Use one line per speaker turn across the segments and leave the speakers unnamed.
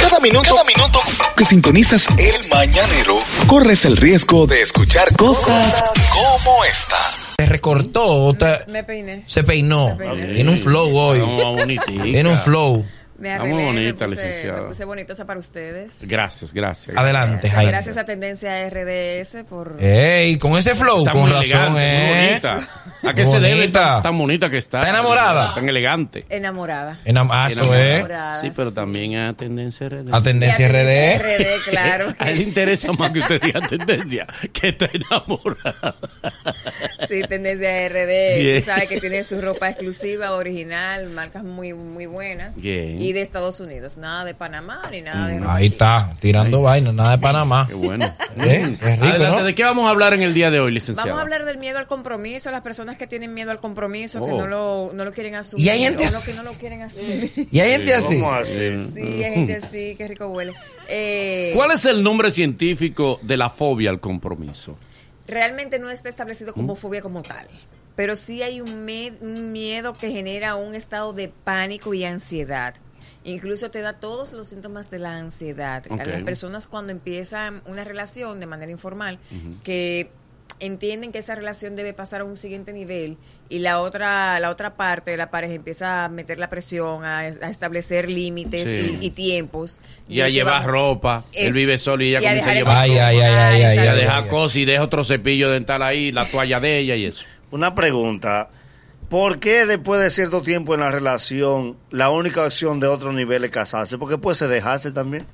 Cada minuto, cada minuto que sintonizas el mañanero, corres el riesgo de escuchar cosas como esta.
Te recortó, te-
Me peiné.
se peinó.
Se peinó.
Tiene un flow hoy.
Ah, No, bonitica.
Tiene un flow.
Me
Está
arreglé,
muy
me
bonita,
puse-
licenciada.
Me puse bonitosa para ustedes.
Gracias, gracias.
Adelante, Jaime.
Gracias a Tendencia RDS por...
Eh. Ey, con ese flow,
Está
con
muy
razón,
elegante, muy
eh.
bonita. ¿A qué se debe
Bonita.
tan, tan bonita que está?
¿Está enamorada?
Tan elegante.
Enamorada.
Enam- ah, eso es.
Enamorada.
Sí, pero también a tendencia RD.
A tendencia
Y a Tendencia
RD.
RD, claro.
A él le interesa más que usted diga tendencia que está enamorada.
Sí, Tendencia RD.
Bien.
Tú sabes que tiene su ropa exclusiva, original, marcas muy, muy buenas.
Bien. Mm,
Y de Estados Unidos. Nada de Panamá ni nada de...
Ahí está, tirando vaina, nada de Panamá.
Qué bueno.
Eh, es rico,
Adelante,
¿no?
¿de qué vamos a hablar en el día de hoy, licenciado?
Vamos a hablar del miedo al compromiso, las personas que tienen miedo al compromiso, que
Oh.
no lo, no lo quieren asumir.
Y hay gente
o lo
así.
que no lo quieren asumir.
Y hay gente así.
Eh,
Sí, hay gente así, qué rico huele. Eh,
¿Cuál es el nombre científico de la fobia al compromiso?
realmente no está establecido como fobia como tal. Pero sí hay un, me- un miedo que genera un estado de pánico y ansiedad. Incluso te da todos los síntomas de la ansiedad. A
Ok.
las personas cuando empiezan una relación de manera informal, que entienden que esa relación debe pasar a un siguiente nivel y la otra la otra parte de la pareja empieza a meter la presión, a, a establecer límites
Sí.
y, y tiempos.
Y a
De que
llevar
vamos-
ropa.
Es-
él vive solo y ella
a
comienza a
dejar
llevar
Ay,
el-
ay, ay, ay, ay,
Ella
Exacto.
ay, ay.
deja cosas y deja otro cepillo dental ahí, la toalla de ella y eso.
Una pregunta. ¿Por qué después de cierto tiempo en la relación, la única acción de otro nivel es casarse? Porque puede ser dejarse también.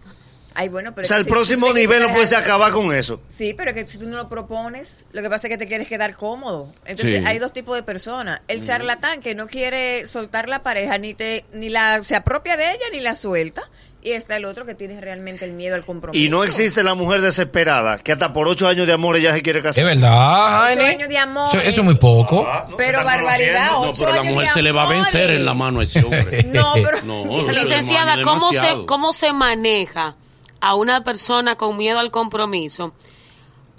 Ay, bueno, pero
o sea,
es que
el
si tú
próximo
te
nivel
quieres
no puede ser
dejar-
acabar con eso.
Sí, pero que si tú no lo propones, lo que pasa es que te quieres quedar cómodo. Entonces
Sí. Mm.
hay dos tipos de personas. El charlatán que no quiere soltar la pareja, ni te, ni la se apropia de ella, ni la suelta. Y está el otro que tiene realmente el miedo al compromiso.
Y no existe la mujer desesperada, que hasta por ocho años de amor ella se quiere
Es
casar.
verdad,
Ocho
Jaime.
años de amor. eh.
Eso, eso es muy poco.
Ah, no, se
Pero
están
barbaridad,
conociendo.
No,
Ocho
pero la
años
mujer
de
se le va a
amores.
vencer en la mano a ese hombre.
No, pero Ya
No,
lo-
Demasiado.
Licenciada, ¿cómo se, ¿cómo se maneja a una persona con miedo al compromiso?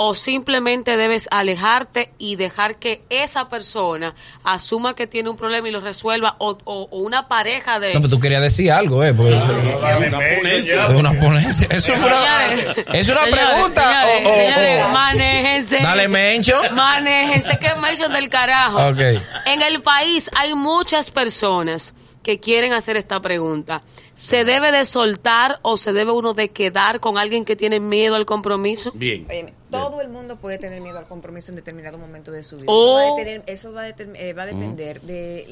¿O simplemente debes alejarte y dejar que esa persona asuma que tiene un problema y lo resuelva? ¿O, o- o una pareja de...
No, pero tú querías decir algo, ¿eh? Porque eso- es una ponencia. Eso es una,
Señores,
es una
señores,
pregunta.
señores,
o- o-
señores,
o-
manéjense.
Dale mention.
Manéjense, que mention del carajo.
Ok.
En el país hay muchas personas que quieren hacer esta pregunta. ¿Se debe de soltar o se debe uno de quedar con alguien que tiene miedo al compromiso?
Bien.
Óyeme, todo el mundo puede tener miedo al compromiso en determinado momento de su vida. Eso,
Oh.
va a, detener- eso va a determ- eh,
Mm.
va a depender de,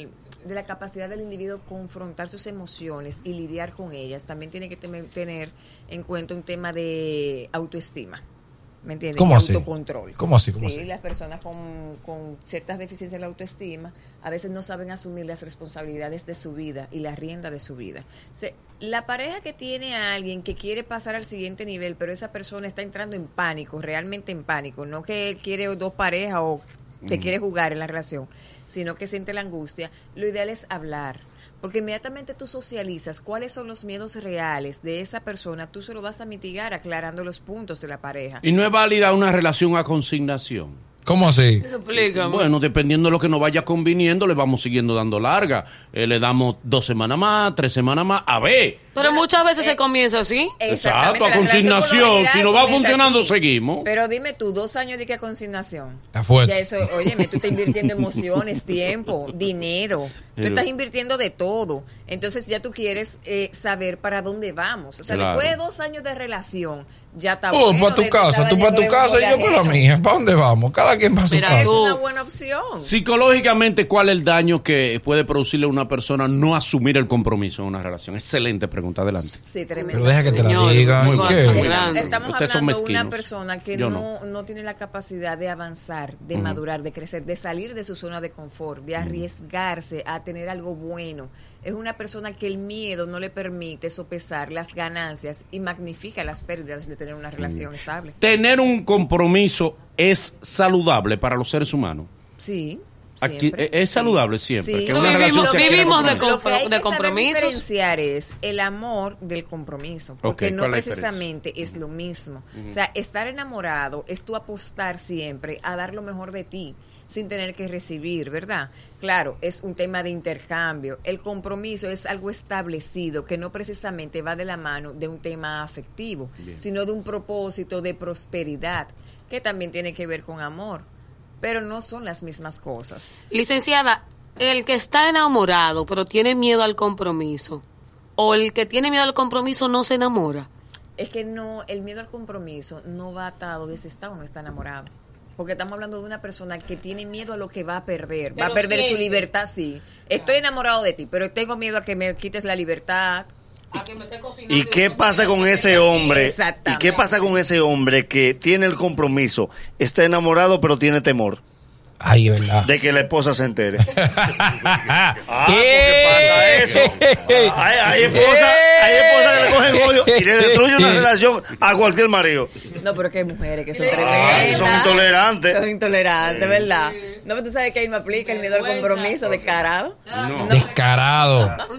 l- de la capacidad del individuo confrontar sus emociones y lidiar con ellas. También tiene que teme- tener en cuenta un tema de autoestima. ¿Me entiendes?
¿Cómo
Y
así?
Autocontrol.
¿Cómo así? ¿Cómo
sí,
así?
las personas con, con ciertas deficiencias en la autoestima a veces no saben asumir las responsabilidades de su vida y la rienda de su vida. O sea, la pareja que tiene a alguien que quiere pasar al siguiente nivel, pero esa persona está entrando en pánico, realmente en pánico, no que quiere dos parejas o que quiere jugar en la relación, sino que siente la angustia, lo ideal es hablar. Porque inmediatamente tú socializas cuáles son los miedos reales de esa persona, tú se lo vas a mitigar aclarando los puntos de la pareja.
¿Y no es válida una relación a consignación?
¿Cómo así?
Explícame.
Bueno, dependiendo de lo que nos vaya conviniendo, le vamos siguiendo dando larga. Eh, le damos dos semanas más, tres semanas más, a ver.
Pero muchas veces se comienza así.
Exactamente,
Exacto, a
la relación por lo
consignación.
general
Si no va
comienza
funcionando, seguimos.
Pero dime tú, dos años de que consignación.
Está fuerte.
Ya eso, óyeme, tú estás invirtiendo emociones, tiempo, dinero. Tú
Pero-
estás invirtiendo de todo. Entonces ya tú quieres eh, saber para dónde vamos. O sea,
Claro.
después de dos años de relación, ya está
Oh,
bueno
para
de
tu
que
casa,
estaba
tú para tu
yéndole
casa y yo
con
para la
viajero.
mía. ¿Para dónde vamos? Cada quien para su
Mira,
casa.
Es una
Oh.
Tú.
buena opción.
Psicológicamente, ¿cuál es el daño que puede producirle a una persona no asumir el compromiso en una relación? Excelente pregunta, adelante.
Sí, tremendo.
Pero deja que te la
Señor,
digan.
muy
¿y
bueno,
¿Qué?
muy bueno.
grande.
Estamos
Ustedes son
hablando de
mezquinos.
una persona que
Yo
no, no tiene la capacidad de avanzar, de madurar, de crecer, de salir de su zona de confort, de arriesgarse a tener algo bueno. Es una persona que el miedo no le permite sopesar las ganancias y magnifica las pérdidas de tener una relación estable.
Tener un compromiso es saludable para los seres humanos.
Sí.
Aquí-
siempre.
eh, es saludable siempre, que una
Vivimos-
relación se adquiera
vivimos
con
de
amor.
com-
Lo que hay
de
que
compromisos.
saber diferenciar es el amor del compromiso, porque
Ok,
no
¿cuál es la diferencia?
precisamente es lo mismo. O sea, estar enamorado es tu apostar siempre a dar lo mejor de ti. sin tener que recibir, ¿verdad? Claro, es un tema de intercambio. El compromiso es algo establecido que no precisamente va de la mano de un tema afectivo, sino de un propósito de prosperidad, que también tiene que ver con amor, pero no son las mismas cosas.
Licenciada, el que está enamorado pero tiene miedo al compromiso, o el que tiene miedo al compromiso no se enamora.
Es que no, el miedo al compromiso no va atado de si está o no está enamorado. Porque estamos hablando de una persona que tiene miedo a lo que va a perder. va a
Pero
perder su
siente.
libertad, sí. Estoy enamorado de ti, pero tengo miedo a que me quites la libertad.
¿Y qué pasa con ese hombre? ¿Y
Exactamente.
qué pasa con ese hombre que tiene el compromiso, está enamorado pero tiene temor
Ay, es verdad.
de que la esposa se entere? Ah,
¡Eh!
porque pasa eso. Ah, Hay, hay esposas hay esposas que le cogen odio y le destruyen
Eh.
una relación a cualquier marido.
No, pero que hay mujeres que son
Ay,
tremendas.
son
Son
intolerantes.
intolerantes, ¿verdad? No, pero tú sabes que ahí me aplica el miedo al
Vergüenza,
compromiso descarado.
No.
Descarado.
Un descarado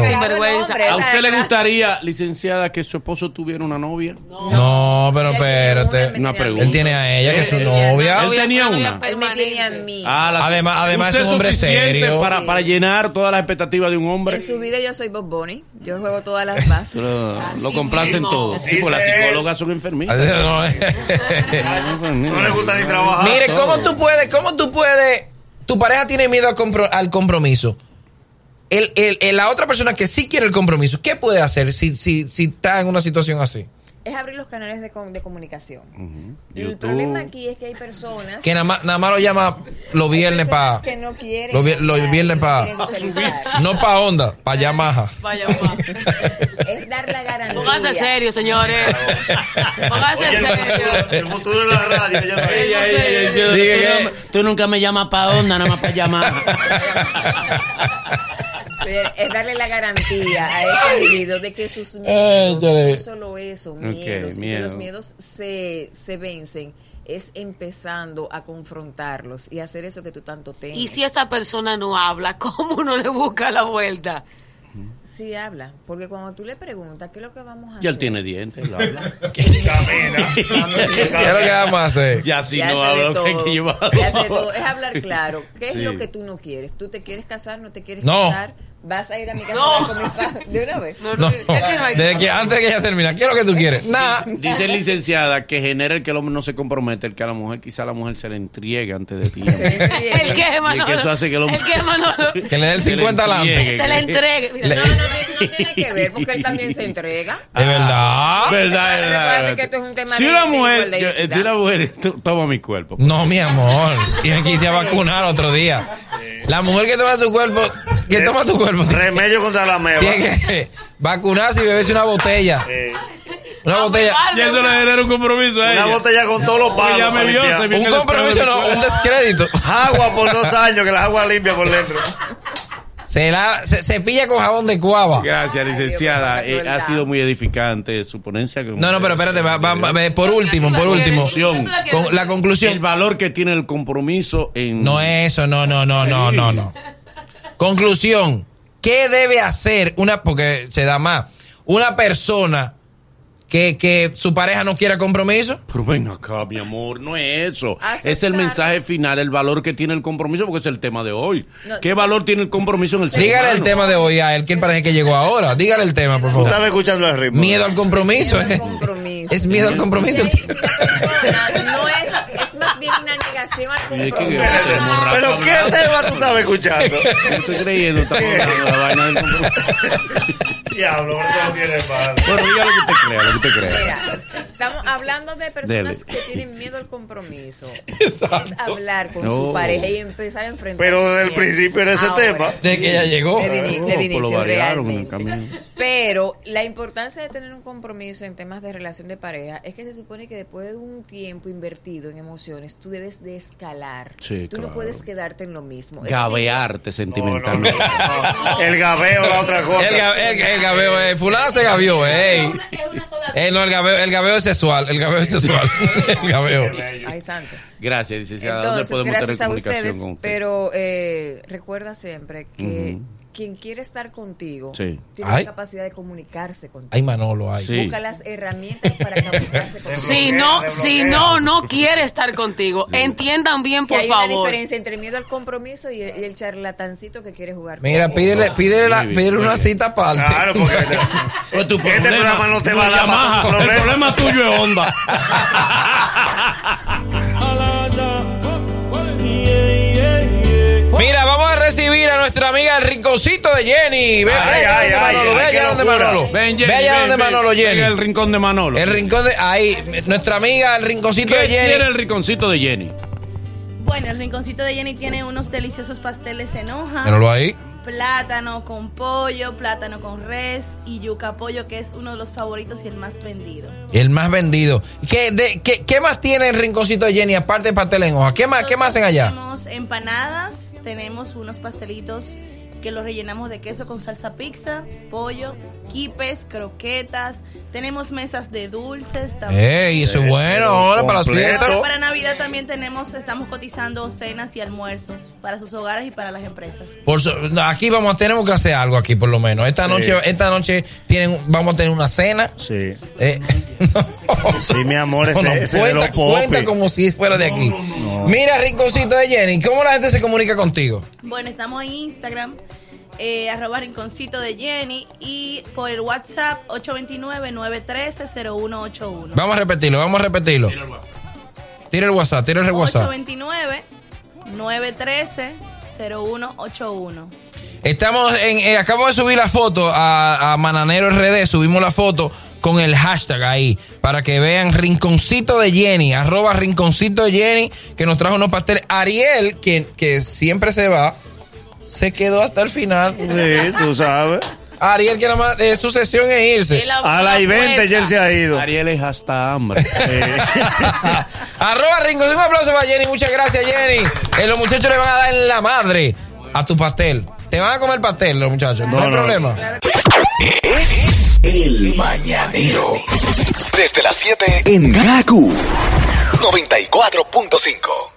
Perro.
sin vergüenza.
Hombre,
¿A usted le
Exacto.
gustaría, licenciada, que su esposo tuviera una novia?
No, pero espérate.
Una pregunta.
Él tiene a ella, que es su
Él-
novia.
Él tenía una.
Él me tiene a mí.
Ah, la-
Además- además
¿Usted
es un hombre
suficiente
serio.
Para, para llenar todas las expectativas de un hombre.
En su vida yo soy Bob Bunny. Yo juego todas las bases.
Lo, lo
Así
complacen
mismo.
todo. Sí,
Dice
pues las
él.
psicólogas son enfermitas.
No,
No le gusta ni trabajar.
Mire, ¿cómo tú puedes, cómo tú puedes, tu pareja tiene miedo al, compro- al compromiso? El, el- el- la otra persona que sí quiere el compromiso, ¿qué puede hacer si, si, si está en una situación así?
Es abrir los canales de, com- de comunicación. El
YouTube.
problema aquí es que hay personas
Que nada más, nada más lo llama los viernes
personas
para...
que no quieren
Los vi- los
hablar,
viernes
no
pa-
quieren socializar.
No para Honda, para Yamaha.
Vaya, va.
es dar la garantía.
Pónganse serio, señores. Pónganse
Oye, el,
serio.
el futuro de la radio. ya no
Ey,
es.
ey, ey, ey,
Diga
tú
que-
no- Tú nunca me llamas para onda, nada más para llamar.
Es darle la garantía a ese individuo de que
Eh,
sus miedos
Échale.
son solo eso,
Ok,
miedos. y que
miedo.
los miedos se, se vencen es empezando a confrontarlos y hacer eso que tú tanto temes.
Y si esa persona no habla, ¿cómo uno le busca la vuelta?
Sí habla, porque cuando tú le preguntas qué es lo que vamos a
Ya él
hacer,
tiene dientes, él habla.
¿Qué es lo que vamos a hacer?
Ya si
Ya
no
hace de
hablo, ¿qué
todo.
que yo
Ya hace de
hablo?
todo. Es hablar claro. ¿Qué
Sí.
es lo que tú no quieres? ¿Tú te quieres casar? ¿No te quieres
No.
casar? ¿Vas a ir a mi casa
No.
con mis padres? De una vez.
No,
No,
no, ya que no hay-
desde que, antes de que ella termine, ¿qué es lo que tú quieres? Nada.
Dice licenciada que genera el que el hombre no se compromete, el que a la mujer quizá la mujer se le entregue antes de tiempo.
El que es Manolo.
Y que eso hace que el hombre-
El que es Manolo.
Que le dé el
Se le
50 adelante.
entregue.
Se le entregue. Mira,
Le-
no,
No, no, no, no tiene que ver, porque él también se entrega.
De verdad.
¿Verdad?
Recuerda
verdad.
que esto es un tema
Ah, si
de-
una
de
mujer,
igualdad y
yo-
equidad.
si una mujer to- toma mi cuerpo,
No, mi amor. Tienen que irse a vacunar otro día. La mujer que toma su cuerpo, que toma tu cuerpo, tiene
Remedio contra la meba.
tiene que vacunarse y bebeberse una botella.
Eh,
Una botella.
ya eso le genera un compromiso a
una
ella.
botella con todos los palos.
ya me
para
vio,
limpiar.
se vio.
Un compromiso, no, un descrédito.
Agua por dos años, que las aguas limpias por dentro.
Se, la, se epilla con jabón de cuava.
Gracias, licenciada.
Ay, Dios,
Eh,
qué
ha
crueldad.
sido muy edificante su ponencia.
No, no, pero espérate, va- va- va- eh, por último, por último. Con la
El
conclusión.
valor que tiene el compromiso en.
No es eso, no, no, no, no, no, no. Conclusión. ¿Qué debe hacer una, porque se da más, una persona que, que su pareja no quiera compromiso?
Pero ven acá, mi amor, no es eso.
Aceptar.
Es el mensaje final, el valor que tiene el compromiso, porque es el tema de hoy.
No,
¿Qué
sí.
valor tiene el compromiso en el ser
Dígale el
humano?
tema de hoy a él, que él parece que llegó ahora. Dígale el tema, por
Tú estabas
favor.
escuchando el ritmo.
Miedo al compromiso.
Miedo al
¿eh?
compromiso.
Es miedo al compromiso.
Si la persona no es, es más bien una negación al
Y es que-
compromiso.
Pero ¿qué tema tú estabas escuchando?
Yo estoy creyendo, está contando la vaina del compromiso.
Diablo, ahorita no tiene padre.
Bueno, diga lo que usted crea, lo que usted crea.
Mira, estamos hablando de personas
Dele.
que tienen miedo al compromiso. Es hablar con su
No.
pareja y empezar a enfrentar.
Pero
sus
desde el
miedos.
principio era ese
Ahora,
tema.
De que ella llegó.
desde ini- desde
Oh, pues lo
inicio,
variaron en el
realmente.
camino.
Pero la importancia de tener un compromiso en temas de relación de pareja es que se supone que después de un tiempo invertido en emociones, tú debes de escalar.
Sí,
tú
claro.
no puedes quedarte en lo mismo. Eso sí,
Gabearte sentimentalmente.
El gabeo la otra cosa.
El, ga- el- el gabeo, eh, fulano se gabeó, ey. Eh, no, el gabeo, el gabeo es sexual, el gabeo es sexual. El gabeo.
ay, santo.
Gracias, licenciada. ¿Dónde
Entonces,
podemos tener
gracias a
comunicación
ustedes,
con usted?
pero eh, recuerda siempre que quien quiere estar contigo
Sí.
tiene
Ay.
la capacidad de comunicarse contigo.
Ay, Manolo, ay.
Sí.
Busca las herramientas para comunicarse contigo.
Si no, si no, no quiere estar contigo. Entiendan bien,
Que
por
hay una
favor.
diferencia entre miedo al compromiso y el, y el charlatancito que quiere jugar.
Mira,
con-
pídele, pídele, la-
Muy bien,
pídele
muy
una
bien.
cita aparte.
Claro, porque
Pero Pues tu
este programa no te va a dar
Yamaha,
para tu problema.
El problema tuyo es onda.
Mira, vamos a recibir a nuestra amiga el rinconcito de Jenny. Ve, ve
Ay,
allá
ay,
donde
ay,
Manolo,
ay,
ve
qué
allá donde
locura.
Manolo.
Ven, Jenny.
ve allá donde
ven,
Manolo,
ven,
Jenny.
El rincón de Manolo.
El rincón de. Ahí, nuestra amiga, el rinconcito
¿Qué
de
tiene el
Jenny.
rinconcito de Jenny?
Bueno, el rinconcito de Jenny tiene unos deliciosos pasteles en hoja.
Míralo ahí.
Plátano con pollo, plátano con res y yuca pollo, que es uno de los favoritos y el más vendido.
El más vendido. ¿Qué, de- qué, qué más tiene el rinconcito de Jenny aparte de pastel en hoja? ¿Qué más, qué más hacen allá?
Tenemos empanadas, tenemos unos pastelitos que los rellenamos de queso con salsa pizza, pollo, quipes, croquetas. Tenemos mesas de dulces también.
¡Ey, eso es bueno! Ahora para las
Eh, completo.
fiestas.
Ahora para Navidad también tenemos, estamos cotizando cenas y almuerzos para sus hogares y para las empresas.
Por su- no, aquí vamos, tenemos que hacer algo aquí por lo menos. Esta
Sí.
noche, esta noche tienen, vamos a tener una cena.
Sí.
Eh, no.
Sí, mi amor,
No,
ese,
no,
ese de los
cuenta,
popis.
cuenta como si fuera de aquí. Mira, rinconcito de Jenny, ¿cómo la gente se comunica contigo?
Bueno, estamos en Instagram, eh, arroba rinconcito de Jenny y por el WhatsApp 829-913-0181.
Vamos a repetirlo, vamos a repetirlo. Tira el WhatsApp, tira el WhatsApp.
829-913-0181.
Estamos en, eh, acabo de subir la foto a, a Mananero RD, subimos la foto con el hashtag ahí, para que vean Rinconcito de Jenny, arroba Rinconcito de Jenny, que nos trajo unos pasteles. Ariel, que, que siempre se va, se quedó hasta el final.
Sí, tú sabes.
Ariel, que nada más, eh, su sesión es irse.
Él abrió
A la
puerta.
20 ya él se ha ido.
Ariel es hasta hambre.
Arroba Rinconcito, un aplauso para Jenny, muchas gracias Jenny. Eh, los muchachos le van a dar en la madre a tu pastel. Te van a comer pastel los muchachos, no,
No,
hay
no.
problema.
Es el mañanero. Desde las 7 en GACU 94.5.